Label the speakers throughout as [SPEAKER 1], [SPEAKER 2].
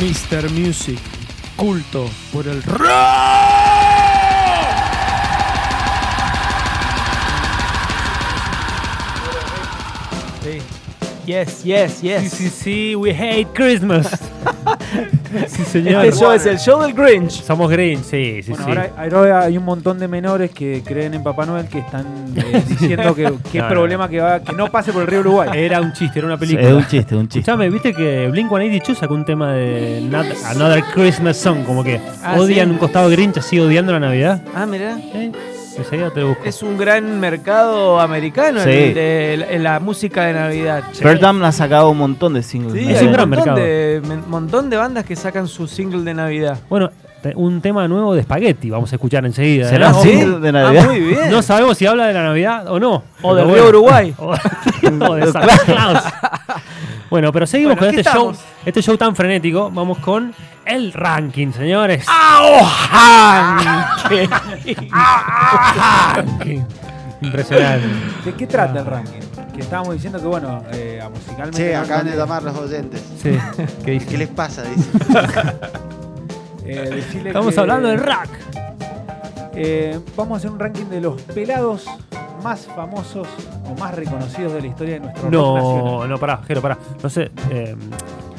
[SPEAKER 1] Mr. Music, culto por el rock.
[SPEAKER 2] Sí. Yes, yes,
[SPEAKER 1] Sí,
[SPEAKER 2] yes.
[SPEAKER 1] sí, sí, we hate Christmas. sí, señor.
[SPEAKER 2] Este show es el show del Grinch.
[SPEAKER 1] Somos green, sí, sí,
[SPEAKER 3] Bueno,
[SPEAKER 1] sí.
[SPEAKER 3] ahora, ahora hay un montón de menores que creen en Papá Noel que están eh, diciendo que, que
[SPEAKER 1] No, no. Eh,
[SPEAKER 3] problema que va que no pase por el río Uruguay.
[SPEAKER 1] Era un chiste, era una
[SPEAKER 4] Sí,
[SPEAKER 1] película.
[SPEAKER 4] es un chiste, un chiste.
[SPEAKER 1] Escuchame, viste que Blink 182 sacó un tema de Not- Another Christmas Song, como que
[SPEAKER 2] Ah,
[SPEAKER 1] odian
[SPEAKER 2] sí.
[SPEAKER 1] un costado Grinch así odiando la Navidad.
[SPEAKER 2] Ah, mirá.
[SPEAKER 1] ¿Eh? Enseguida te lo busco.
[SPEAKER 2] Es un gran mercado americano
[SPEAKER 4] Sí.
[SPEAKER 2] el de la, en la música de Navidad.
[SPEAKER 4] Pearl Jam ha sacado un montón de singles.
[SPEAKER 2] Sí,
[SPEAKER 4] ¿no?
[SPEAKER 2] hay
[SPEAKER 1] Es
[SPEAKER 2] un
[SPEAKER 1] un gran
[SPEAKER 2] montón
[SPEAKER 1] mercado.
[SPEAKER 2] de, un montón de bandas que sacan su single de Navidad.
[SPEAKER 1] Bueno, te- un tema nuevo de Spaghetti vamos a escuchar enseguida. ¿eh?
[SPEAKER 4] ¿Será
[SPEAKER 1] Ojo,
[SPEAKER 4] así? single de Navidad.
[SPEAKER 2] Ah, muy bien.
[SPEAKER 1] No sabemos si habla de la Navidad o no.
[SPEAKER 2] o
[SPEAKER 1] pero
[SPEAKER 2] del
[SPEAKER 1] bueno.
[SPEAKER 2] Río Uruguay.
[SPEAKER 1] O o de Santa Claus. Bueno, pero seguimos
[SPEAKER 2] Bueno,
[SPEAKER 1] con
[SPEAKER 2] ¿qué
[SPEAKER 1] este show,
[SPEAKER 2] estamos?
[SPEAKER 1] este show tan frenético. Vamos con el ranking, señores.
[SPEAKER 2] ¡Ah,
[SPEAKER 1] Ranking. Impresionante.
[SPEAKER 3] ¿De qué trata el ranking? Que estábamos diciendo que bueno, eh, a musicalmente.
[SPEAKER 5] Che,
[SPEAKER 3] no
[SPEAKER 5] acaban de
[SPEAKER 3] cambia.
[SPEAKER 5] llamar los oyentes.
[SPEAKER 1] Sí. ¿Qué dice?
[SPEAKER 5] ¿Qué les pasa? Dice.
[SPEAKER 3] Eh, decirle
[SPEAKER 1] Estamos
[SPEAKER 3] que,
[SPEAKER 1] hablando del rack.
[SPEAKER 3] eh, vamos a hacer un ranking de los pelados más famosos o más reconocidos de la historia de nuestro rock nacional.
[SPEAKER 1] No, no, pará, Jero, pará. No sé, eh,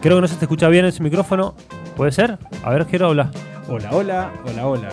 [SPEAKER 1] creo que no se te escucha bien ese micrófono. ¿Puede ser? A ver, Jero, habla.
[SPEAKER 3] Hola, hola, hola, hola.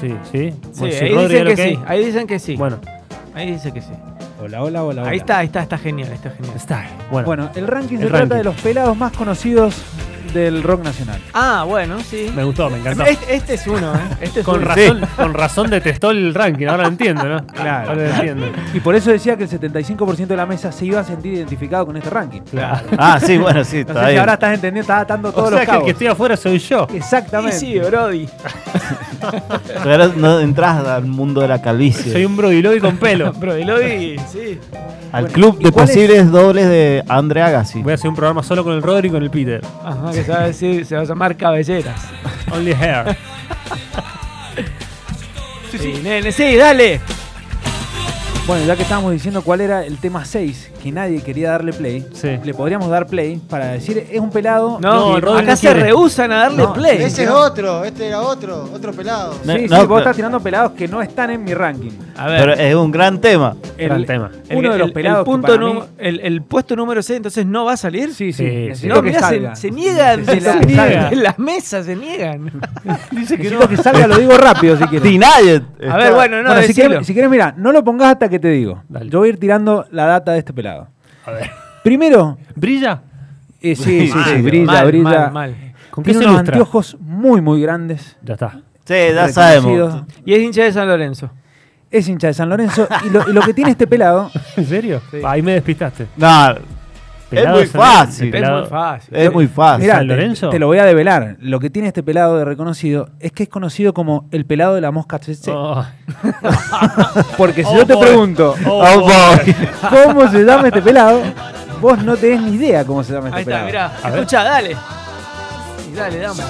[SPEAKER 1] Sí, sí.
[SPEAKER 2] Sí,
[SPEAKER 1] Bueno, si
[SPEAKER 2] ahí
[SPEAKER 1] Rodri
[SPEAKER 2] dicen que
[SPEAKER 1] era ok.
[SPEAKER 2] sí. Ahí dicen que sí.
[SPEAKER 1] Bueno,
[SPEAKER 2] Ahí dice que sí.
[SPEAKER 3] Hola, hola, hola, hola.
[SPEAKER 2] Ahí está, ahí está, está genial, está genial.
[SPEAKER 1] está. Bueno,
[SPEAKER 3] Bueno, el ranking
[SPEAKER 1] El
[SPEAKER 3] se
[SPEAKER 1] ranking.
[SPEAKER 3] trata de los pelados más conocidos del rock nacional.
[SPEAKER 2] Ah, bueno, sí.
[SPEAKER 1] me gustó, me encantó.
[SPEAKER 2] Este, este es uno, ¿eh? Este es
[SPEAKER 1] Con
[SPEAKER 2] uno.
[SPEAKER 1] razón, con razón detestó el ranking, ahora lo entiendo, ¿no?
[SPEAKER 3] Claro.
[SPEAKER 1] Ahora lo entiendo.
[SPEAKER 3] Y por eso decía que el 75% de la mesa se iba a sentir identificado con este ranking.
[SPEAKER 1] Claro.
[SPEAKER 4] Ah, sí, bueno, sí,
[SPEAKER 3] No
[SPEAKER 4] está
[SPEAKER 3] sé si
[SPEAKER 4] bien.
[SPEAKER 3] ahora estás entendiendo, estás atando
[SPEAKER 1] O
[SPEAKER 3] todos
[SPEAKER 1] sea
[SPEAKER 3] los
[SPEAKER 1] que el
[SPEAKER 3] cabos.
[SPEAKER 1] que estoy afuera soy yo.
[SPEAKER 2] Sí,
[SPEAKER 3] Exactamente.
[SPEAKER 2] sí, Brody.
[SPEAKER 4] Ahora no entras al mundo de la calvicie.
[SPEAKER 1] Soy un brodiloy con pelo.
[SPEAKER 2] Brody, Lodi, sí.
[SPEAKER 4] Al
[SPEAKER 3] Bueno,
[SPEAKER 4] club
[SPEAKER 3] ¿y
[SPEAKER 4] de
[SPEAKER 3] cuál es?
[SPEAKER 4] posibles dobles de Andre Agassi.
[SPEAKER 1] Voy a hacer un programa solo con el Rodri y con el Peter.
[SPEAKER 2] Ajá, que se va a decir, se va a llamar Cabelleras.
[SPEAKER 1] Only hair.
[SPEAKER 2] Sí, sí. nene, sí, dale.
[SPEAKER 3] Bueno, ya que estábamos diciendo cuál era el tema 6, que nadie quería darle play,
[SPEAKER 1] Sí.
[SPEAKER 3] le podríamos dar play para decir, es un pelado.
[SPEAKER 2] No,
[SPEAKER 1] No, Rodri
[SPEAKER 2] acá
[SPEAKER 1] no
[SPEAKER 2] se
[SPEAKER 1] quiere.
[SPEAKER 2] rehusan a darle
[SPEAKER 3] No,
[SPEAKER 2] play.
[SPEAKER 5] Ese es otro, este era otro, otro pelado.
[SPEAKER 3] Sí,
[SPEAKER 4] No,
[SPEAKER 3] sí,
[SPEAKER 4] no,
[SPEAKER 3] vos
[SPEAKER 4] pero-
[SPEAKER 3] estás tirando pelados que no están en mi ranking.
[SPEAKER 2] A ver.
[SPEAKER 4] Pero es un gran tema.
[SPEAKER 3] El-
[SPEAKER 1] Gran tema.
[SPEAKER 2] El-
[SPEAKER 3] Uno de los
[SPEAKER 2] el-
[SPEAKER 3] pelados
[SPEAKER 2] el,
[SPEAKER 3] que
[SPEAKER 2] punto
[SPEAKER 3] para
[SPEAKER 2] nu-
[SPEAKER 3] mí-
[SPEAKER 2] el, el puesto número 6 entonces no va a salir.
[SPEAKER 3] Sí, sí,
[SPEAKER 1] Sí, sí.
[SPEAKER 3] necesito
[SPEAKER 2] No,
[SPEAKER 3] que
[SPEAKER 2] mirá,
[SPEAKER 3] salga.
[SPEAKER 2] se, se niegan, de
[SPEAKER 3] Necesito
[SPEAKER 2] la-
[SPEAKER 3] que salga.
[SPEAKER 2] de las mesas se niegan.
[SPEAKER 3] necesito que salga, lo digo rápido si quieres.
[SPEAKER 4] Denied.
[SPEAKER 2] A ver, bueno, no,
[SPEAKER 3] Bueno, si
[SPEAKER 2] decilo.
[SPEAKER 3] quieres, si quieres, mira, no lo pongas hasta que te digo.
[SPEAKER 1] Dale.
[SPEAKER 3] Yo voy a ir tirando la data de este pelado.
[SPEAKER 1] A ver.
[SPEAKER 3] Primero,
[SPEAKER 1] ¿Brilla?
[SPEAKER 3] eh, sí, sí, sí,
[SPEAKER 4] Mal,
[SPEAKER 3] brilla,
[SPEAKER 2] Ah, mal,
[SPEAKER 3] brilla.
[SPEAKER 2] mal, mal.
[SPEAKER 1] ¿Con qué
[SPEAKER 3] Tiene
[SPEAKER 1] se
[SPEAKER 3] unos
[SPEAKER 1] ilustra?
[SPEAKER 3] anteojos muy, muy grandes.
[SPEAKER 1] Ya está.
[SPEAKER 4] Sí, Eh, ya
[SPEAKER 3] reconocidos.
[SPEAKER 4] sabemos.
[SPEAKER 2] Y es hincha de San Lorenzo.
[SPEAKER 3] Es hincha de San Lorenzo. y, lo, y lo que tiene este pelado,
[SPEAKER 1] ¿En serio? Ahí me despistaste.
[SPEAKER 4] No,
[SPEAKER 1] Pelado
[SPEAKER 4] muy
[SPEAKER 1] San Lorenzo.
[SPEAKER 4] fácil.
[SPEAKER 1] El
[SPEAKER 2] Es
[SPEAKER 1] pelado-
[SPEAKER 2] muy fácil.
[SPEAKER 4] es muy fácil.
[SPEAKER 3] mirá,
[SPEAKER 1] ¿San
[SPEAKER 3] te-
[SPEAKER 1] Lorenzo?
[SPEAKER 3] Te, lo voy a develar. Lo que tiene este pelado de reconocido es que es conocido como el pelado de la mosca tsetse.
[SPEAKER 1] Oh.
[SPEAKER 3] Porque si
[SPEAKER 1] Oh,
[SPEAKER 3] yo te
[SPEAKER 1] boy.
[SPEAKER 3] pregunto
[SPEAKER 4] Oh, boy.
[SPEAKER 3] cómo se llama este pelado, vos no tenés ni idea cómo se llama este
[SPEAKER 2] Ahí está,
[SPEAKER 3] pelado.
[SPEAKER 2] mirá.
[SPEAKER 1] A ver.
[SPEAKER 2] Escucha, dale. Y dale, damos.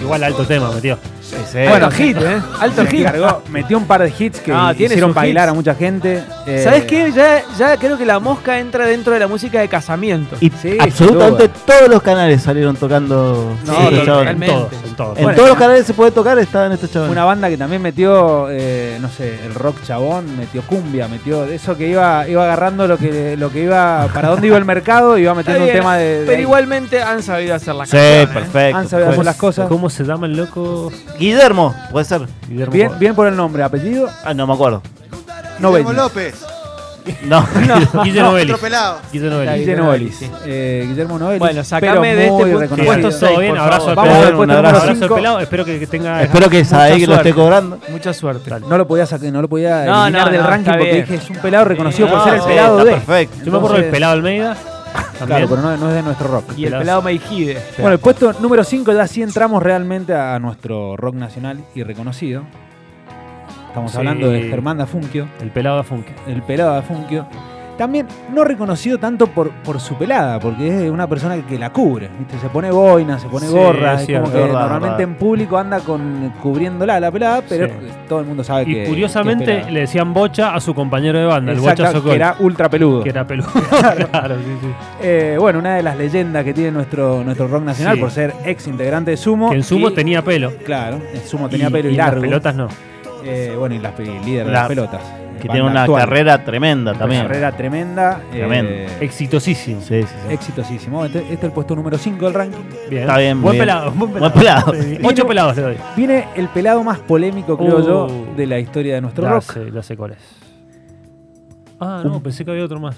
[SPEAKER 1] Igual alto tema, metió.
[SPEAKER 4] Sí, sí.
[SPEAKER 2] Alto hit, ¿eh? Alto
[SPEAKER 3] Se
[SPEAKER 2] hit.
[SPEAKER 3] encargó, metió un par de hits que
[SPEAKER 2] Ah, tiene
[SPEAKER 3] hicieron
[SPEAKER 2] sus
[SPEAKER 3] bailar
[SPEAKER 2] hits.
[SPEAKER 3] a mucha gente. Eh,
[SPEAKER 2] ¿Sabes qué? Ya, ya creo que la mosca entra dentro de la música de casamiento.
[SPEAKER 4] y
[SPEAKER 3] Sí,
[SPEAKER 4] absolutamente
[SPEAKER 3] sin
[SPEAKER 4] todos los canales salieron tocando.
[SPEAKER 2] No,
[SPEAKER 4] estos
[SPEAKER 2] totalmente.
[SPEAKER 4] chabones.
[SPEAKER 1] En todos, en todos.
[SPEAKER 4] En
[SPEAKER 3] Bueno,
[SPEAKER 4] todos los
[SPEAKER 3] una-
[SPEAKER 4] canales se puede tocar, este estaban estos chavales.
[SPEAKER 3] Una banda que también metió, eh, no sé, el rock chabón, metió cumbia, metió eso que iba, iba agarrando lo que, lo que iba, para dónde iba el mercado, iba
[SPEAKER 2] Está
[SPEAKER 3] metiendo un
[SPEAKER 2] bien,
[SPEAKER 3] tema de. de
[SPEAKER 2] pero
[SPEAKER 3] ahí.
[SPEAKER 2] igualmente han sabido hacer la
[SPEAKER 4] Sí,
[SPEAKER 2] canción.
[SPEAKER 4] perfecto.
[SPEAKER 3] Han sabido hacer las cosas.
[SPEAKER 1] ¿Cómo se llama el loco?
[SPEAKER 4] Guillermo, puede ser.
[SPEAKER 1] Guillermo
[SPEAKER 3] Bien,
[SPEAKER 1] Borges.
[SPEAKER 3] bien por el nombre, apellido,
[SPEAKER 4] Ah, no me acuerdo.
[SPEAKER 3] no
[SPEAKER 5] Guillermo
[SPEAKER 3] Bellis.
[SPEAKER 5] López,
[SPEAKER 4] No.
[SPEAKER 1] Guillermo
[SPEAKER 5] otro
[SPEAKER 1] Vélez.
[SPEAKER 5] pelado.
[SPEAKER 1] Guillermo Vélez.
[SPEAKER 3] Guillermo Belis.
[SPEAKER 2] sí.
[SPEAKER 3] Eh, Guillermo Novelis.
[SPEAKER 2] Bueno, sacame
[SPEAKER 3] pero
[SPEAKER 2] de este
[SPEAKER 3] muy
[SPEAKER 2] pu-
[SPEAKER 3] reconocido.
[SPEAKER 2] puesto
[SPEAKER 1] Bien, todo bien,
[SPEAKER 2] por
[SPEAKER 1] abrazo al
[SPEAKER 2] favor.
[SPEAKER 3] Vamos al
[SPEAKER 1] pelado.
[SPEAKER 3] puesto
[SPEAKER 1] Un
[SPEAKER 3] número
[SPEAKER 1] abrazo al
[SPEAKER 3] cinco.
[SPEAKER 1] pelado. Espero que que tenga.
[SPEAKER 4] Espero que Sadik lo
[SPEAKER 2] suerte.
[SPEAKER 4] esté cobrando.
[SPEAKER 2] Mucha suerte.
[SPEAKER 3] No lo podía sacar, no lo podía
[SPEAKER 2] No,
[SPEAKER 3] eliminar
[SPEAKER 2] no,
[SPEAKER 3] del
[SPEAKER 2] no,
[SPEAKER 3] ranking
[SPEAKER 2] está
[SPEAKER 3] porque
[SPEAKER 2] bien.
[SPEAKER 3] dije es un pelado reconocido por
[SPEAKER 2] No,
[SPEAKER 3] ser el
[SPEAKER 2] sí,
[SPEAKER 3] pelado
[SPEAKER 4] está
[SPEAKER 3] de.
[SPEAKER 4] perfecto.
[SPEAKER 1] Yo me acuerdo del
[SPEAKER 3] Entonces,
[SPEAKER 1] pelado Almeida.
[SPEAKER 3] Claro,
[SPEAKER 1] También.
[SPEAKER 3] pero no, no es de nuestro rock.
[SPEAKER 2] Y el pelado Meijide.
[SPEAKER 3] Bueno, el puesto número 5 ya sí entramos realmente a nuestro rock nacional y reconocido. Estamos
[SPEAKER 1] Sí.
[SPEAKER 3] hablando de Germán Dafunquio,
[SPEAKER 1] El pelado de Funke.
[SPEAKER 3] el pelado Dafunquio, También no reconocido tanto por, por su pelada, porque es una persona que la cubre. ¿viste? Se pone boina, se pone
[SPEAKER 1] Sí,
[SPEAKER 3] gorra.
[SPEAKER 1] es
[SPEAKER 3] Es
[SPEAKER 1] cierto,
[SPEAKER 3] como que
[SPEAKER 4] es verdad,
[SPEAKER 3] normalmente
[SPEAKER 4] verdad.
[SPEAKER 3] en público anda con cubriéndola la pelada, pero
[SPEAKER 1] Sí.
[SPEAKER 3] todo el mundo sabe que.
[SPEAKER 1] Y
[SPEAKER 3] que es
[SPEAKER 1] curiosamente
[SPEAKER 3] pelada.
[SPEAKER 1] le decían bocha a su compañero de banda, el
[SPEAKER 3] Exacto,
[SPEAKER 1] bocha Sokol.
[SPEAKER 3] que era ultra peludo.
[SPEAKER 1] que era peludo. claro, sí, sí.
[SPEAKER 3] Eh, bueno, una de las leyendas que tiene nuestro, nuestro rock nacional
[SPEAKER 1] Sí.
[SPEAKER 3] por ser ex integrante de Sumo.
[SPEAKER 1] Que en sumo
[SPEAKER 3] y-
[SPEAKER 1] tenía pelo.
[SPEAKER 3] Claro, en Sumo tenía
[SPEAKER 1] Y-
[SPEAKER 3] pelo y,
[SPEAKER 1] y las
[SPEAKER 3] largo.
[SPEAKER 1] pelotas no.
[SPEAKER 3] Eh, bueno, y las pe- y líder de
[SPEAKER 1] La-
[SPEAKER 3] las pelotas.
[SPEAKER 4] Que
[SPEAKER 3] Banda
[SPEAKER 4] tiene una
[SPEAKER 3] actual.
[SPEAKER 4] carrera tremenda
[SPEAKER 3] Una
[SPEAKER 4] también.
[SPEAKER 3] carrera tremenda. eh,
[SPEAKER 4] Tremendo.
[SPEAKER 1] Exitosísimo.
[SPEAKER 4] Sí, sí, sí.
[SPEAKER 3] exitosísimo. Este, este es el puesto número 5 del ranking.
[SPEAKER 1] Bien.
[SPEAKER 4] Está bien,
[SPEAKER 1] Buen
[SPEAKER 4] bien.
[SPEAKER 1] pelado. Buen pelado.
[SPEAKER 4] Buen pelado.
[SPEAKER 1] Sí. Ocho pelados le doy.
[SPEAKER 3] Viene el pelado más polémico, creo
[SPEAKER 1] Uh.
[SPEAKER 3] yo, de la historia de nuestro
[SPEAKER 1] Ya
[SPEAKER 3] rock.
[SPEAKER 1] sé, ya sé cuál es. Ah, no, pensé que había otro más.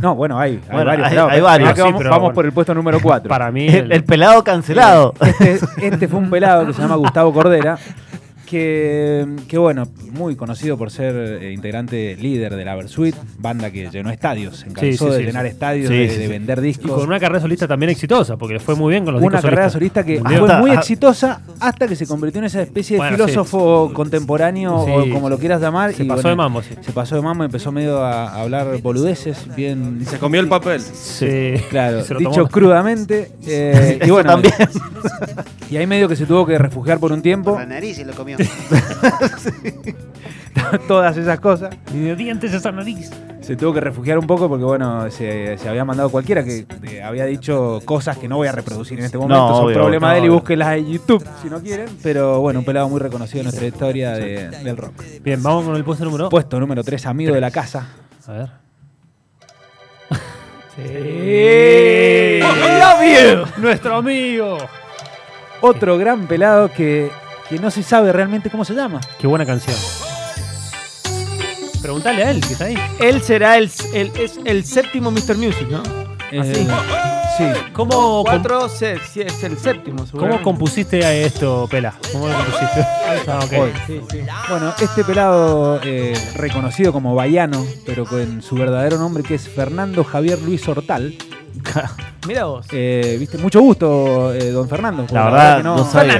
[SPEAKER 3] No, bueno, hay, hay
[SPEAKER 4] Bueno,
[SPEAKER 3] varios.
[SPEAKER 4] hay-
[SPEAKER 3] pelados,
[SPEAKER 4] hay
[SPEAKER 3] pero
[SPEAKER 4] varios.
[SPEAKER 3] acá
[SPEAKER 1] Sí,
[SPEAKER 3] vamos
[SPEAKER 1] pero
[SPEAKER 3] vamos
[SPEAKER 1] bueno.
[SPEAKER 3] por el puesto número 4.
[SPEAKER 1] Para mí,
[SPEAKER 4] El,
[SPEAKER 1] el-
[SPEAKER 4] el pelado cancelado.
[SPEAKER 3] Este, este fue un pelado que se llama Gustavo Cordera, que, que, bueno, muy conocido por ser eh, integrante líder de la Versuit, banda que llenó estadios, se encargó
[SPEAKER 1] sí,
[SPEAKER 3] de
[SPEAKER 1] sí,
[SPEAKER 3] llenar
[SPEAKER 1] sí.
[SPEAKER 3] estadios,
[SPEAKER 4] Sí,
[SPEAKER 3] de,
[SPEAKER 4] sí,
[SPEAKER 3] de
[SPEAKER 4] sí.
[SPEAKER 3] vender
[SPEAKER 1] y
[SPEAKER 3] discos.
[SPEAKER 1] con una carrera solista también exitosa, porque le fue muy bien con los
[SPEAKER 3] Una
[SPEAKER 1] discos
[SPEAKER 3] carrera
[SPEAKER 1] solistas.
[SPEAKER 3] solista que
[SPEAKER 1] Mundial.
[SPEAKER 3] fue
[SPEAKER 4] Hasta-
[SPEAKER 3] muy
[SPEAKER 4] a-
[SPEAKER 3] exitosa hasta que se convirtió en esa especie de
[SPEAKER 1] Bueno,
[SPEAKER 3] filósofo contemporáneo
[SPEAKER 1] Sí,
[SPEAKER 3] o como lo
[SPEAKER 1] sí.
[SPEAKER 3] quieras llamar.
[SPEAKER 1] Se
[SPEAKER 3] y,
[SPEAKER 1] pasó
[SPEAKER 3] bueno,
[SPEAKER 1] de mambo, sí.
[SPEAKER 3] Se pasó de mambo, empezó medio a a hablar boludeces, bien...
[SPEAKER 6] Se comió el papel.
[SPEAKER 1] Sí.
[SPEAKER 3] Claro,
[SPEAKER 1] Eh, Se lo
[SPEAKER 3] dicho
[SPEAKER 1] tomó.
[SPEAKER 3] crudamente. eh, y
[SPEAKER 4] Eso
[SPEAKER 3] bueno,
[SPEAKER 4] también.
[SPEAKER 3] Y ahí medio que se tuvo que refugiar por un tiempo,
[SPEAKER 5] Por la nariz y lo comió.
[SPEAKER 3] todas esas cosas.
[SPEAKER 1] Ni dientes esa nariz.
[SPEAKER 3] Se tuvo que refugiar un poco porque, bueno, se, se había mandado cualquiera que eh, había dicho cosas que no voy a reproducir en este momento.
[SPEAKER 4] No,
[SPEAKER 3] Son
[SPEAKER 4] obvio,
[SPEAKER 3] problema
[SPEAKER 4] no,
[SPEAKER 3] de él y
[SPEAKER 4] obvio.
[SPEAKER 3] búsquenlas en YouTube si no quieren. Pero bueno, un pelado muy reconocido en nuestra historia de- del rock.
[SPEAKER 1] Bien, vamos con el puesto número.
[SPEAKER 3] Puesto número 3, amigo de la casa.
[SPEAKER 1] A ver.
[SPEAKER 3] ¡Ah,
[SPEAKER 1] Nuestro amigo.
[SPEAKER 3] Otro gran pelado que, que no se sabe realmente cómo se llama.
[SPEAKER 1] Qué buena canción. Preguntale a él, que está ahí.
[SPEAKER 2] Él será el, el- es el séptimo Mr. Music, ¿no?
[SPEAKER 4] Ah,
[SPEAKER 3] Eh, sí.
[SPEAKER 1] ¿Cómo, com-
[SPEAKER 2] Cuatro se- sí, es el séptimo,
[SPEAKER 1] ¿cómo
[SPEAKER 2] seguramente.
[SPEAKER 1] compusiste a esto, Pela? ¿Cómo lo compusiste? Ah, ok.
[SPEAKER 3] Hoy. Bueno, este pelado eh, reconocido como Baiano, pero con su verdadero nombre que es Fernando Javier Luis Hortal.
[SPEAKER 2] Mira vos.
[SPEAKER 3] Eh, ¿Viste? Mucho gusto, eh, don Fernando. porque
[SPEAKER 4] La verdad,
[SPEAKER 3] que
[SPEAKER 4] no sabía.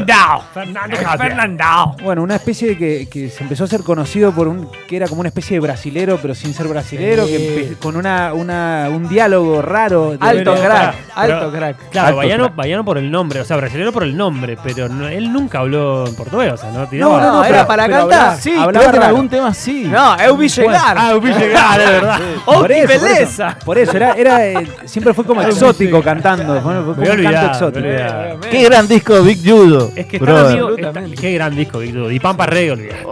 [SPEAKER 1] Fernando Fernandao.
[SPEAKER 3] Bueno, una especie de que, que se empezó a ser conocido por un que era como una especie de brasilero, pero sin ser brasilero,
[SPEAKER 2] Sí.
[SPEAKER 3] que empe- con una, una- un diálogo raro. de-
[SPEAKER 2] Alto
[SPEAKER 1] Pero-
[SPEAKER 2] crack,
[SPEAKER 1] pero-
[SPEAKER 2] alto crack.
[SPEAKER 1] Claro,
[SPEAKER 4] Alto
[SPEAKER 1] Bayano,
[SPEAKER 4] crack.
[SPEAKER 1] Bayano por el nombre, o sea, brasileño por el nombre, pero no- él nunca habló en portugués, o sea, no tiraba.
[SPEAKER 3] No, no, no,
[SPEAKER 2] Ah, era
[SPEAKER 3] pero-
[SPEAKER 2] para
[SPEAKER 3] pero
[SPEAKER 2] cantar.
[SPEAKER 3] hablaba-
[SPEAKER 2] Sí,
[SPEAKER 3] hablaba
[SPEAKER 4] Creo que en
[SPEAKER 3] raro.
[SPEAKER 4] algún tema sí.
[SPEAKER 2] No, es un llegar.
[SPEAKER 1] Ah, hubiese llegado, de verdad.
[SPEAKER 2] ¡Oh,
[SPEAKER 3] por
[SPEAKER 2] qué
[SPEAKER 3] eso, por eso,
[SPEAKER 2] belleza!
[SPEAKER 3] por eso, era, era, eh, siempre fue como exótico cantando. Fue, fue como
[SPEAKER 1] Me he
[SPEAKER 3] un
[SPEAKER 1] olvidado,
[SPEAKER 3] canto
[SPEAKER 1] me
[SPEAKER 3] exótico.
[SPEAKER 1] he olvidado.
[SPEAKER 4] Qué gran disco Big Judo.
[SPEAKER 1] Es que está
[SPEAKER 4] brother.
[SPEAKER 1] amigo.
[SPEAKER 2] Absolutamente. Oh,
[SPEAKER 1] está- qué gran disco, Víctor. Y Pampa Reggae, olvidate.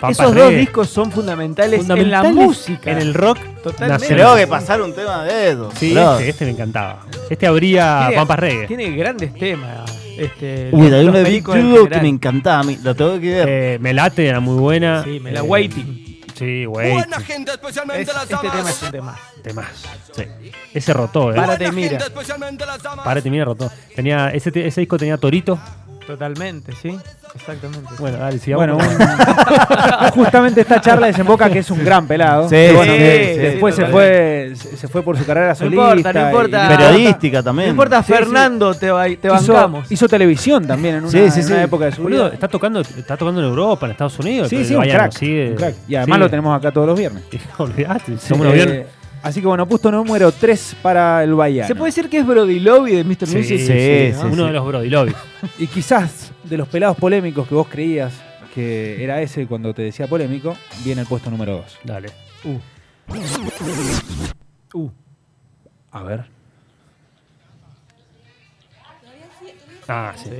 [SPEAKER 1] Pampa
[SPEAKER 2] Esos dos
[SPEAKER 1] Reggae.
[SPEAKER 2] discos son fundamentales,
[SPEAKER 1] Fundamentales
[SPEAKER 2] en la música.
[SPEAKER 1] En el rock.
[SPEAKER 2] Totalmente.
[SPEAKER 1] nacional.
[SPEAKER 4] Creo que pasar un tema de eso.
[SPEAKER 1] Sí,
[SPEAKER 4] brother.
[SPEAKER 1] este, este me encantaba. Este abría
[SPEAKER 2] Tiene-
[SPEAKER 1] Pampa Reggae.
[SPEAKER 2] Tiene grandes temas. Este,
[SPEAKER 4] Uy, hay
[SPEAKER 2] los
[SPEAKER 4] una de Big
[SPEAKER 2] pericos en
[SPEAKER 4] Judo que
[SPEAKER 2] general.
[SPEAKER 4] me encantaba a mí. Lo tengo que ver.
[SPEAKER 1] Eh, Melate era muy buena.
[SPEAKER 2] Sí, me la
[SPEAKER 1] Eh,
[SPEAKER 2] waiting.
[SPEAKER 1] Sí, güey.
[SPEAKER 6] gente, especialmente
[SPEAKER 2] Es- este tema es un tema.
[SPEAKER 1] Temas. Ese rotó, ¿eh?
[SPEAKER 2] Párate, mira.
[SPEAKER 6] especialmente las damas.
[SPEAKER 1] Párate, mira, rotó. Tenía, ese, te- ese disco tenía Torito.
[SPEAKER 2] Totalmente, sí. Exactamente.
[SPEAKER 1] Bueno, dale, sigamos.
[SPEAKER 3] Bueno,
[SPEAKER 1] con-
[SPEAKER 3] un- Ah, justamente esta charla desemboca que es un gran pelado.
[SPEAKER 4] Sí,
[SPEAKER 3] Que, bueno,
[SPEAKER 4] sí,
[SPEAKER 3] que
[SPEAKER 4] sí,
[SPEAKER 3] después se fue se se fue por su carrera
[SPEAKER 2] No
[SPEAKER 3] solista.
[SPEAKER 2] importa, no importa.
[SPEAKER 3] y-
[SPEAKER 4] Periodística también.
[SPEAKER 2] No importa,
[SPEAKER 3] Sí, sí.
[SPEAKER 2] Fernando, te, ba- te
[SPEAKER 3] hizo,
[SPEAKER 2] bancamos.
[SPEAKER 3] hizo televisión también en una,
[SPEAKER 4] Sí, sí,
[SPEAKER 3] en una
[SPEAKER 4] sí.
[SPEAKER 3] época de su
[SPEAKER 1] Boludo,
[SPEAKER 3] vida.
[SPEAKER 1] está tocando, está tocando en Europa, en Estados Unidos.
[SPEAKER 3] Sí,
[SPEAKER 1] pero
[SPEAKER 3] sí, un
[SPEAKER 1] Bayano
[SPEAKER 3] crack,
[SPEAKER 1] sigue-
[SPEAKER 3] un crack. Y además
[SPEAKER 1] sigue-
[SPEAKER 3] lo tenemos acá todos los viernes.
[SPEAKER 1] Olvidate, somos
[SPEAKER 3] Eh,
[SPEAKER 1] unos bien-
[SPEAKER 3] así que bueno, puesto número 3 para el Bahía.
[SPEAKER 2] ¿Se puede decir que es Brody Lobby de
[SPEAKER 3] eh,
[SPEAKER 2] Mr.
[SPEAKER 1] Sí,
[SPEAKER 2] Music?
[SPEAKER 1] sí,
[SPEAKER 4] sí,
[SPEAKER 1] sí,
[SPEAKER 4] sí,
[SPEAKER 1] uno
[SPEAKER 4] sí.
[SPEAKER 1] de los Brody Lobby.
[SPEAKER 3] Y quizás de los pelados polémicos que vos creías que era ese cuando te decía polémico, viene el puesto número 2.
[SPEAKER 1] Dale.
[SPEAKER 3] Uh.
[SPEAKER 1] Uh.
[SPEAKER 3] A ver.
[SPEAKER 1] Ah, sí.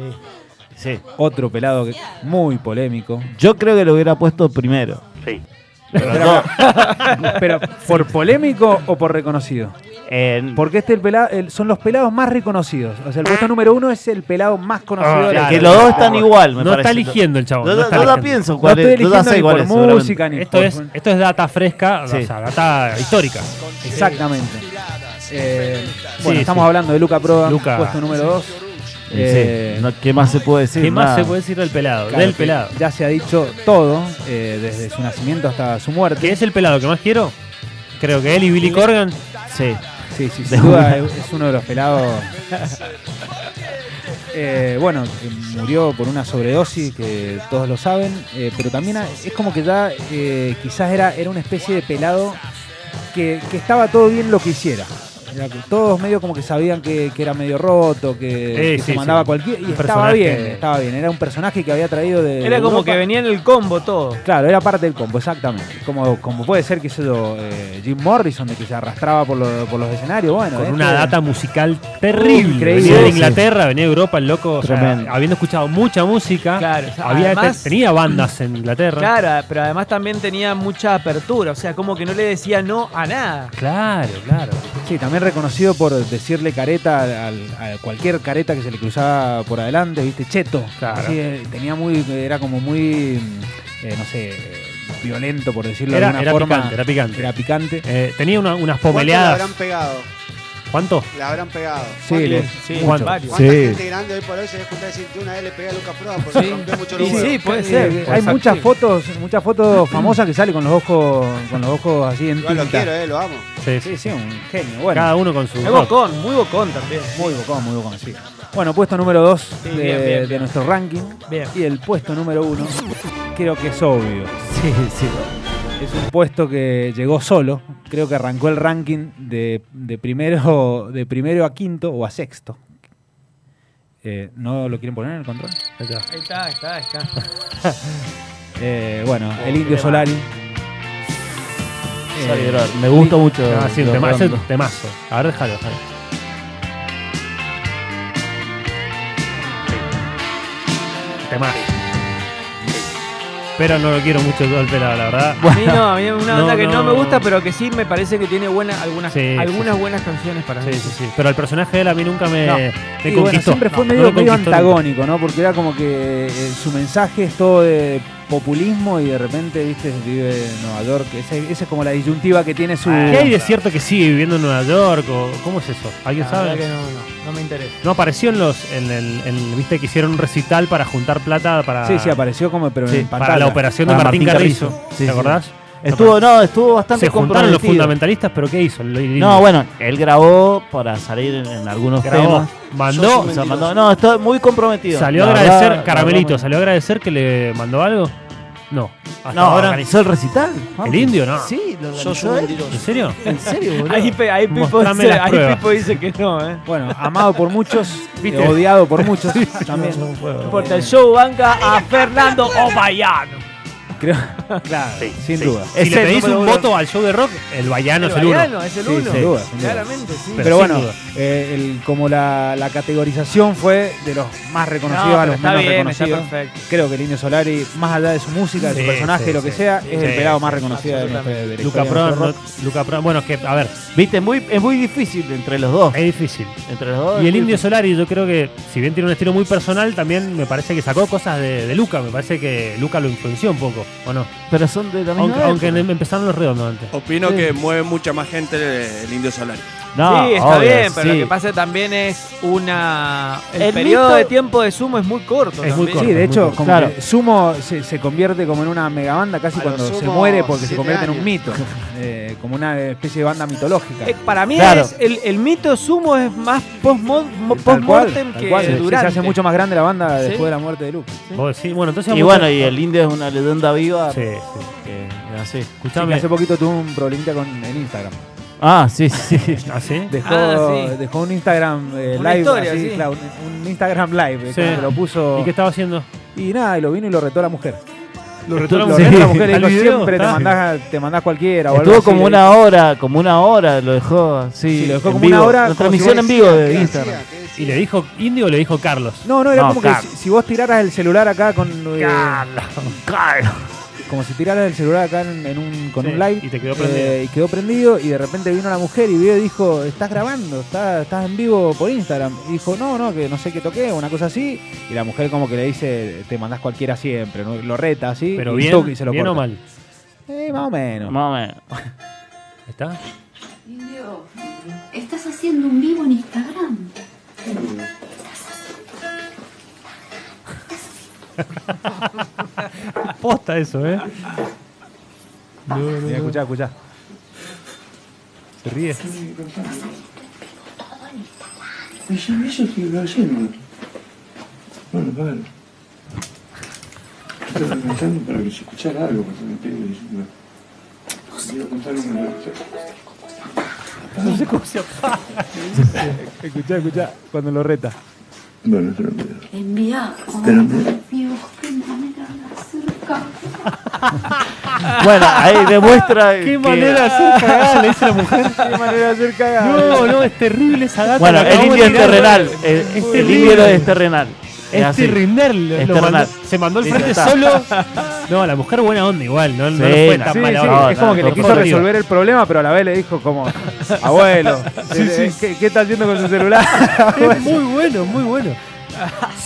[SPEAKER 4] Sí.
[SPEAKER 3] Otro pelado que- muy polémico.
[SPEAKER 4] Yo creo que lo hubiera puesto primero.
[SPEAKER 3] Pero, pero, ¿por polémico o por reconocido?
[SPEAKER 4] En-
[SPEAKER 3] Porque este el pelado, el- son los pelados más reconocidos. O sea, el puesto número uno es el pelado más conocido.
[SPEAKER 1] Ah,
[SPEAKER 3] de la
[SPEAKER 1] claro.
[SPEAKER 4] que
[SPEAKER 3] historia.
[SPEAKER 4] los dos están igual, me
[SPEAKER 1] No
[SPEAKER 4] parece.
[SPEAKER 1] está eligiendo el chabón.
[SPEAKER 4] No,
[SPEAKER 1] no está
[SPEAKER 4] no la
[SPEAKER 1] eligiendo.
[SPEAKER 4] pienso
[SPEAKER 3] No
[SPEAKER 4] cuál
[SPEAKER 3] estoy
[SPEAKER 4] es. No la
[SPEAKER 3] eligiendo
[SPEAKER 4] sé
[SPEAKER 3] ni
[SPEAKER 4] cuál
[SPEAKER 3] por
[SPEAKER 4] es. seguramente.
[SPEAKER 3] música ni
[SPEAKER 1] Esto
[SPEAKER 3] por-
[SPEAKER 1] es, esto es data fresca,
[SPEAKER 4] Sí.
[SPEAKER 1] o sea, data histórica.
[SPEAKER 3] Exactamente. Eh, bueno,
[SPEAKER 1] Sí,
[SPEAKER 3] estamos
[SPEAKER 1] sí.
[SPEAKER 3] hablando de Luca Prodan,
[SPEAKER 1] Luca.
[SPEAKER 3] puesto número Eh, 2.
[SPEAKER 4] Sí, no, ¿Qué más se puede decir?
[SPEAKER 1] Eh, ¿Qué más
[SPEAKER 4] Nada.
[SPEAKER 1] se puede decir del pelado? del pelado.
[SPEAKER 3] Ya se ha dicho todo, eh, desde su nacimiento hasta su muerte.
[SPEAKER 1] ¿Qué es el pelado que más quiero? Creo que él y Billy Corgan.
[SPEAKER 4] Sí.
[SPEAKER 3] Sí, sí,
[SPEAKER 4] De
[SPEAKER 3] sin duda es es uno de los pelados. Eh, bueno, eh, murió por una sobredosis, que todos lo saben, eh, pero también a- es como que ya eh, quizás era, era una especie de pelado que, que estaba todo bien lo que hiciera. Era que todos medio como que sabían que, que era medio roto, que,
[SPEAKER 1] Eh,
[SPEAKER 3] que
[SPEAKER 1] sí,
[SPEAKER 3] se mandaba
[SPEAKER 1] sí.
[SPEAKER 3] cualquier.
[SPEAKER 1] Un
[SPEAKER 3] Y estaba
[SPEAKER 1] personaje-
[SPEAKER 3] bien, estaba bien. Era un personaje que había traído de.
[SPEAKER 2] Era como
[SPEAKER 3] Europa.
[SPEAKER 2] que venía en el combo todo.
[SPEAKER 3] Claro, era parte del combo, exactamente. Como, como puede ser que yo, eh, Jim Morrison, de que se arrastraba por, lo- por los escenarios, bueno.
[SPEAKER 1] Con
[SPEAKER 3] este-
[SPEAKER 1] una data musical terrible.
[SPEAKER 3] Increíble.
[SPEAKER 1] Venía de
[SPEAKER 4] Sí,
[SPEAKER 1] Inglaterra, venía de Europa, el loco. o sea,
[SPEAKER 4] Tremendo.
[SPEAKER 1] habiendo escuchado mucha música,
[SPEAKER 2] Claro, o sea,
[SPEAKER 1] había
[SPEAKER 2] además-
[SPEAKER 1] tenía bandas en Inglaterra.
[SPEAKER 2] Claro, pero además también tenía mucha apertura, o sea, como que no le decía no a nada.
[SPEAKER 1] Claro, claro.
[SPEAKER 3] Sí, también reconocido por decirle careta al- al- a cualquier careta que se le cruzaba por adelante, ¿viste? Cheto.
[SPEAKER 1] Claro.
[SPEAKER 3] Así, eh, tenía muy, era como muy, mm, eh, no sé, eh, violento, por decirlo de
[SPEAKER 1] Era,
[SPEAKER 3] alguna
[SPEAKER 1] era
[SPEAKER 3] forma.
[SPEAKER 1] picante, era picante.
[SPEAKER 3] Era picante.
[SPEAKER 1] Eh, tenía una- unas
[SPEAKER 5] La
[SPEAKER 1] pomeleadas.
[SPEAKER 5] habrán pegado.
[SPEAKER 1] ¿Cuánto?
[SPEAKER 5] La habrán pegado.
[SPEAKER 3] Sí, le-
[SPEAKER 2] Sí,
[SPEAKER 1] Bueno.
[SPEAKER 2] varios.
[SPEAKER 5] ¿Cuánta
[SPEAKER 4] Sí.
[SPEAKER 5] gente grande hoy por hoy se junta a decir que una vez le pegué a Lucas Proa porque
[SPEAKER 2] Sí.
[SPEAKER 5] rompió mucho los
[SPEAKER 2] Y sí,
[SPEAKER 5] huevos?
[SPEAKER 2] puede
[SPEAKER 3] Sí,
[SPEAKER 2] ser.
[SPEAKER 3] eh, hay
[SPEAKER 2] Exacto.
[SPEAKER 3] muchas fotos, muchas fotos famosas que sale con los ojos, con los ojos así en
[SPEAKER 5] Igual lo
[SPEAKER 3] tinta.
[SPEAKER 5] quiero, eh, lo amo.
[SPEAKER 1] Sí,
[SPEAKER 3] Sí,
[SPEAKER 1] sí.
[SPEAKER 3] sí, un genio. Bueno,
[SPEAKER 1] Cada uno con su.
[SPEAKER 2] Es bocón, muy bocón también.
[SPEAKER 3] Muy bocón, muy bocón, sí. Bueno, puesto número 2 de,
[SPEAKER 2] bien, bien,
[SPEAKER 3] de
[SPEAKER 2] bien.
[SPEAKER 3] nuestro ranking.
[SPEAKER 2] Bien.
[SPEAKER 3] Y el puesto número 1, creo que es obvio.
[SPEAKER 4] Sí, sí.
[SPEAKER 3] Es un puesto que llegó solo. Creo que arrancó el ranking de, de primero, de primero a quinto o a sexto. Eh, ¿No lo quieren poner en el control?
[SPEAKER 1] Ahí está.
[SPEAKER 2] Ahí está, ahí está, ahí está.
[SPEAKER 3] Eh, bueno,
[SPEAKER 2] Oh,
[SPEAKER 3] el Indio
[SPEAKER 2] qué
[SPEAKER 3] Solari.
[SPEAKER 4] Sorry,
[SPEAKER 3] Eh,
[SPEAKER 4] brother. Me gusta mucho.
[SPEAKER 1] Ah, sí, un
[SPEAKER 4] los
[SPEAKER 1] tema- ese es
[SPEAKER 4] Broncos.
[SPEAKER 1] un temazo. A ver, déjalo, déjalo. Temazo. Pero no lo quiero mucho el golpe, la, la verdad.
[SPEAKER 2] A mí no, a mí es una
[SPEAKER 1] No,
[SPEAKER 2] banda que no,
[SPEAKER 1] no.
[SPEAKER 2] me gusta, pero que sí me parece que tiene buena, algunas,
[SPEAKER 1] Sí, sí,
[SPEAKER 2] algunas buenas canciones para
[SPEAKER 1] Sí,
[SPEAKER 2] mí.
[SPEAKER 1] sí, sí. Pero el personaje de él a mí nunca me,
[SPEAKER 3] No.
[SPEAKER 1] me
[SPEAKER 3] y
[SPEAKER 1] conquistó.
[SPEAKER 3] bueno, siempre fue
[SPEAKER 1] No,
[SPEAKER 3] medio,
[SPEAKER 1] no me
[SPEAKER 3] medio
[SPEAKER 1] conquistó nunca.
[SPEAKER 3] antagónico, ¿no? Porque era como que eh, su mensaje es todo de populismo y de repente, viste, vive en Nueva York. Ese- Esa es como la disyuntiva que tiene su...
[SPEAKER 1] Ah. ¿Qué hay de cierto que sigue viviendo en Nueva York? o ¿Cómo es eso? ¿Alguien
[SPEAKER 2] La verdad
[SPEAKER 1] sabe?
[SPEAKER 2] que no, no, no me interesa.
[SPEAKER 1] No apareció en los. En el, en- viste que hicieron un recital para juntar plata para.
[SPEAKER 3] Sí, sí, apareció como pero
[SPEAKER 1] sí,
[SPEAKER 3] en
[SPEAKER 1] para
[SPEAKER 3] pantalla.
[SPEAKER 1] la operación de
[SPEAKER 4] Para
[SPEAKER 1] Martín,
[SPEAKER 4] Martín
[SPEAKER 1] Carrizo.
[SPEAKER 4] Carrizo. Sí,
[SPEAKER 1] ¿Te
[SPEAKER 4] sí.
[SPEAKER 1] acordás?
[SPEAKER 4] Estuvo, no, estuvo bastante
[SPEAKER 1] Se juntaron los
[SPEAKER 4] comprometido.
[SPEAKER 1] fundamentalistas, pero ¿qué hizo? Lo-
[SPEAKER 4] No, bueno, él grabó para salir en, en algunos
[SPEAKER 1] Grabó,
[SPEAKER 4] temas.
[SPEAKER 1] mandó,
[SPEAKER 4] O sea, mandó- no, está muy comprometido.
[SPEAKER 1] salió a
[SPEAKER 4] La
[SPEAKER 1] agradecer,
[SPEAKER 4] verdad,
[SPEAKER 1] Caramelito,
[SPEAKER 4] la verdad,
[SPEAKER 1] ¿salió a agradecer que le mandó algo? No. Hasta
[SPEAKER 4] No,
[SPEAKER 1] ahora.
[SPEAKER 4] organizó el recital.
[SPEAKER 1] ¿El indio, no?
[SPEAKER 4] Sí, lo
[SPEAKER 5] Sos
[SPEAKER 4] organizó
[SPEAKER 5] un
[SPEAKER 4] él.
[SPEAKER 5] mentiroso.
[SPEAKER 1] ¿En serio?
[SPEAKER 4] En serio, boludo.
[SPEAKER 2] Ahí, pe- ahí Pipo
[SPEAKER 1] Mostrame
[SPEAKER 2] dice,
[SPEAKER 1] las
[SPEAKER 2] ahí
[SPEAKER 1] pruebas.
[SPEAKER 2] Pipo dice que no, ¿eh?
[SPEAKER 3] Bueno, amado por muchos,
[SPEAKER 1] ¿Viste?
[SPEAKER 3] eh, odiado por muchos también.
[SPEAKER 2] No importa, el show banca a Fernando Obayano.
[SPEAKER 3] Creo, claro, sin duda.
[SPEAKER 1] Si
[SPEAKER 4] Es
[SPEAKER 1] le
[SPEAKER 4] el
[SPEAKER 1] pedís
[SPEAKER 4] número
[SPEAKER 1] un
[SPEAKER 4] uno.
[SPEAKER 1] voto al show de rock, el Bayano
[SPEAKER 2] El
[SPEAKER 1] es el uno.
[SPEAKER 2] Obayano es el
[SPEAKER 3] Sí,
[SPEAKER 2] uno.
[SPEAKER 3] sin duda, sin duda.
[SPEAKER 2] Claramente, sí.
[SPEAKER 1] Pero
[SPEAKER 3] Pero,
[SPEAKER 1] sin
[SPEAKER 3] bueno,
[SPEAKER 1] duda.
[SPEAKER 3] eh, el- como la, la categorización fue de los más reconocidos
[SPEAKER 2] No,
[SPEAKER 3] a
[SPEAKER 2] pero
[SPEAKER 3] los
[SPEAKER 2] está
[SPEAKER 3] menos
[SPEAKER 2] bien, está
[SPEAKER 3] reconocidos.
[SPEAKER 2] perfecto.
[SPEAKER 3] Creo que el Indio Solari, más allá de su música, de
[SPEAKER 1] Sí,
[SPEAKER 3] su personaje,
[SPEAKER 1] sí,
[SPEAKER 3] lo que
[SPEAKER 1] sí.
[SPEAKER 3] sea,
[SPEAKER 1] Sí,
[SPEAKER 3] es el
[SPEAKER 1] sí,
[SPEAKER 3] pelado
[SPEAKER 1] sí,
[SPEAKER 3] más reconocido de nuestra de la
[SPEAKER 1] Luca
[SPEAKER 3] historia de
[SPEAKER 1] Prodan,
[SPEAKER 3] nuestro
[SPEAKER 1] no-
[SPEAKER 3] rock.
[SPEAKER 1] Luca Prodan, bueno, que, a ver,
[SPEAKER 4] Viste, muy, es muy difícil entre los dos.
[SPEAKER 1] es difícil.
[SPEAKER 4] Entre los
[SPEAKER 1] Eh, Y
[SPEAKER 4] dos. es
[SPEAKER 1] el
[SPEAKER 4] muy
[SPEAKER 1] Indio
[SPEAKER 4] difícil.
[SPEAKER 1] Solari, yo creo que, si bien tiene un estilo muy personal, también me parece que sacó cosas de, de Luca. Me parece que Luca lo influenció un poco, ¿o no?
[SPEAKER 4] Pero son de la misma
[SPEAKER 1] Aunque,
[SPEAKER 4] época.
[SPEAKER 1] aunque em- empezaron los redondos antes.
[SPEAKER 6] Opino que mueve mucha más gente el, el Indio Solar.
[SPEAKER 4] No,
[SPEAKER 2] sí, está
[SPEAKER 4] obvio,
[SPEAKER 2] bien, pero
[SPEAKER 4] sí.
[SPEAKER 2] lo que pasa también es una. El,
[SPEAKER 4] El
[SPEAKER 2] periodo
[SPEAKER 4] mito-
[SPEAKER 2] de tiempo de sumo es muy corto.
[SPEAKER 1] Es muy
[SPEAKER 2] también.
[SPEAKER 1] corto.
[SPEAKER 3] Sí, de hecho,
[SPEAKER 1] muy
[SPEAKER 3] como
[SPEAKER 4] claro.
[SPEAKER 3] que Sumo se, se convierte como en una megabanda casi
[SPEAKER 5] A lo
[SPEAKER 3] cuando se
[SPEAKER 5] sumo,
[SPEAKER 3] muere porque se
[SPEAKER 5] siete
[SPEAKER 3] convierte en un
[SPEAKER 5] años.
[SPEAKER 3] mito. eh, como una especie de banda mitológica.
[SPEAKER 2] Eh, para mí
[SPEAKER 4] Claro.
[SPEAKER 2] es el, el mito sumo es más post-mo- mo-
[SPEAKER 3] Tal cual,
[SPEAKER 2] post-mortem
[SPEAKER 3] tal
[SPEAKER 2] que
[SPEAKER 3] cual, sí, sí,
[SPEAKER 2] durante.
[SPEAKER 3] Se hace mucho más grande la banda
[SPEAKER 2] Sí.
[SPEAKER 3] después de la muerte de Luke.
[SPEAKER 1] Vos decís, bueno, entonces
[SPEAKER 4] Y
[SPEAKER 1] vamos a-
[SPEAKER 4] bueno, y el Indio es una leyenda viva.
[SPEAKER 1] Sí, sí.
[SPEAKER 4] que es así.
[SPEAKER 1] Escuchame.
[SPEAKER 3] Hace poquito tuvo un problemita con el Instagram.
[SPEAKER 4] Ah, sí, sí.
[SPEAKER 1] ¿Ah, sí?
[SPEAKER 3] Dejó,
[SPEAKER 2] Ah, sí.
[SPEAKER 3] dejó un Instagram eh,
[SPEAKER 2] Una
[SPEAKER 3] live.
[SPEAKER 2] historia,
[SPEAKER 3] así,
[SPEAKER 2] sí.
[SPEAKER 3] claro, un, un Instagram live. eh,
[SPEAKER 1] Sí.
[SPEAKER 3] que Lo puso.
[SPEAKER 1] ¿Y qué estaba haciendo?
[SPEAKER 3] Y nada, y lo vino y lo retó la mujer.
[SPEAKER 1] Lo
[SPEAKER 3] Lo
[SPEAKER 4] Sí.
[SPEAKER 3] retó la mujer y
[SPEAKER 1] ¿Al
[SPEAKER 3] dijo:
[SPEAKER 1] video?
[SPEAKER 3] Siempre te
[SPEAKER 1] Ah.
[SPEAKER 3] mandás, te mandás cualquiera. o algo
[SPEAKER 4] Estuvo
[SPEAKER 3] así,
[SPEAKER 4] como
[SPEAKER 3] le dijo.
[SPEAKER 4] una hora, como una hora lo dejó. Sí,
[SPEAKER 3] Sí, lo dejó
[SPEAKER 4] en
[SPEAKER 3] como
[SPEAKER 4] vivo.
[SPEAKER 3] una hora,
[SPEAKER 4] La
[SPEAKER 3] como
[SPEAKER 4] transmisión
[SPEAKER 3] si
[SPEAKER 4] en
[SPEAKER 3] vos
[SPEAKER 4] vivo
[SPEAKER 5] ¿Qué
[SPEAKER 4] de
[SPEAKER 5] hacía?
[SPEAKER 4] Instagram.
[SPEAKER 5] ¿Qué decía?
[SPEAKER 1] ¿Y le dijo Indio o le dijo Carlos?
[SPEAKER 3] No, no, era
[SPEAKER 4] No,
[SPEAKER 3] como
[SPEAKER 4] claro.
[SPEAKER 3] que si, si vos tiraras el celular acá con. eh,
[SPEAKER 4] Claro.
[SPEAKER 3] como si tiraras el celular acá en, en un, con
[SPEAKER 1] Sí,
[SPEAKER 3] un live. eh,
[SPEAKER 1] y te quedó prendido.
[SPEAKER 3] y quedó prendido. Y de repente vino la mujer y vio y dijo: Estás grabando, estás, estás en vivo por Instagram. Y dijo: No, no, que no sé qué toqué, una cosa así. Y la mujer, como que le dice: Te mandás cualquiera siempre. ¿no? Lo reta así.
[SPEAKER 1] Pero
[SPEAKER 3] y
[SPEAKER 1] bien,
[SPEAKER 3] toca y se lo
[SPEAKER 1] bien o
[SPEAKER 3] corta.
[SPEAKER 1] mal.
[SPEAKER 3] Eh, más o menos.
[SPEAKER 4] Más o menos.
[SPEAKER 1] ¿Está?
[SPEAKER 7] Indio, estás haciendo un vivo en Instagram.
[SPEAKER 1] Posta eso, ¿eh?
[SPEAKER 3] Mirá, escuchá, escuchá.
[SPEAKER 1] Se ríe.
[SPEAKER 8] Eso, eso sí lo hacemos. Bueno, vale. Estaba cantando para que se escuchara algo, porque me pegue. No sé. quiero contar una anécdota.
[SPEAKER 1] No sé cómo se apaga.
[SPEAKER 3] Escuchá, escuchá, cuando lo reta.
[SPEAKER 8] Bueno, te lo pido.
[SPEAKER 7] Envía.
[SPEAKER 8] Espérame.
[SPEAKER 7] Dios, qué manera de hacer caca.
[SPEAKER 4] Bueno, ahí demuestra.
[SPEAKER 1] Qué
[SPEAKER 4] que-
[SPEAKER 1] manera de hacer cagada, le dice la mujer.
[SPEAKER 3] Qué manera de hacer cagada.
[SPEAKER 1] No, no, es terrible esa data.
[SPEAKER 4] Bueno,
[SPEAKER 1] la
[SPEAKER 4] el
[SPEAKER 1] acabamos
[SPEAKER 4] indio
[SPEAKER 1] de
[SPEAKER 4] es
[SPEAKER 1] tirar.
[SPEAKER 4] terrenal. El,
[SPEAKER 1] terrible.
[SPEAKER 4] el indio es terrenal. Es
[SPEAKER 1] Eh, Es
[SPEAKER 4] así.
[SPEAKER 1] terrenal.
[SPEAKER 4] Es
[SPEAKER 1] lo
[SPEAKER 4] terrenal.
[SPEAKER 1] mandó- se mandó el
[SPEAKER 4] Sí,
[SPEAKER 1] frente
[SPEAKER 4] ya está.
[SPEAKER 1] solo. No, la mujer buena onda igual, no, no
[SPEAKER 4] Sí,
[SPEAKER 1] fue
[SPEAKER 4] no,
[SPEAKER 1] tan
[SPEAKER 3] Sí,
[SPEAKER 1] mala
[SPEAKER 3] sí,
[SPEAKER 1] onda.
[SPEAKER 3] es como que
[SPEAKER 4] no,
[SPEAKER 3] le
[SPEAKER 4] no,
[SPEAKER 3] quiso
[SPEAKER 4] por
[SPEAKER 1] Dios.
[SPEAKER 3] resolver el problema, pero a la vez le dijo como, abuelo, eh, ¿qué, qué está haciendo con su celular?
[SPEAKER 1] Es muy bueno, muy bueno.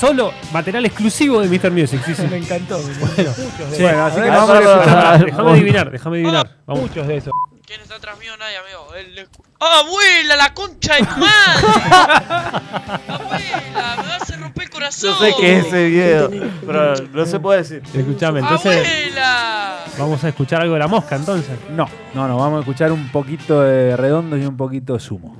[SPEAKER 1] Solo material exclusivo de Mr. Music. Sí, sí. Me encantó. Bueno, che,
[SPEAKER 3] Bueno, así
[SPEAKER 1] a ver,
[SPEAKER 3] que vamos a
[SPEAKER 1] pará,
[SPEAKER 3] escuchar.
[SPEAKER 1] pará, pará, Déjame adivinar, déjame adivinar. Vamos.
[SPEAKER 2] Muchos de esos.
[SPEAKER 9] ¿Quién está atrás mío? Nadie, amigo. El escu- ¡Ah, abuela, la concha de tu madre! ¡Abuela, me vas a romper el corazón!
[SPEAKER 4] Yo sé que es eh, ese video, pero no se puede decir.
[SPEAKER 1] Escuchame,
[SPEAKER 9] Ah,
[SPEAKER 1] entonces
[SPEAKER 9] ¡Abuela!
[SPEAKER 1] vamos a escuchar algo de la mosca entonces.
[SPEAKER 3] No, no, no, vamos a escuchar un poquito de redondos y un poquito de sumo.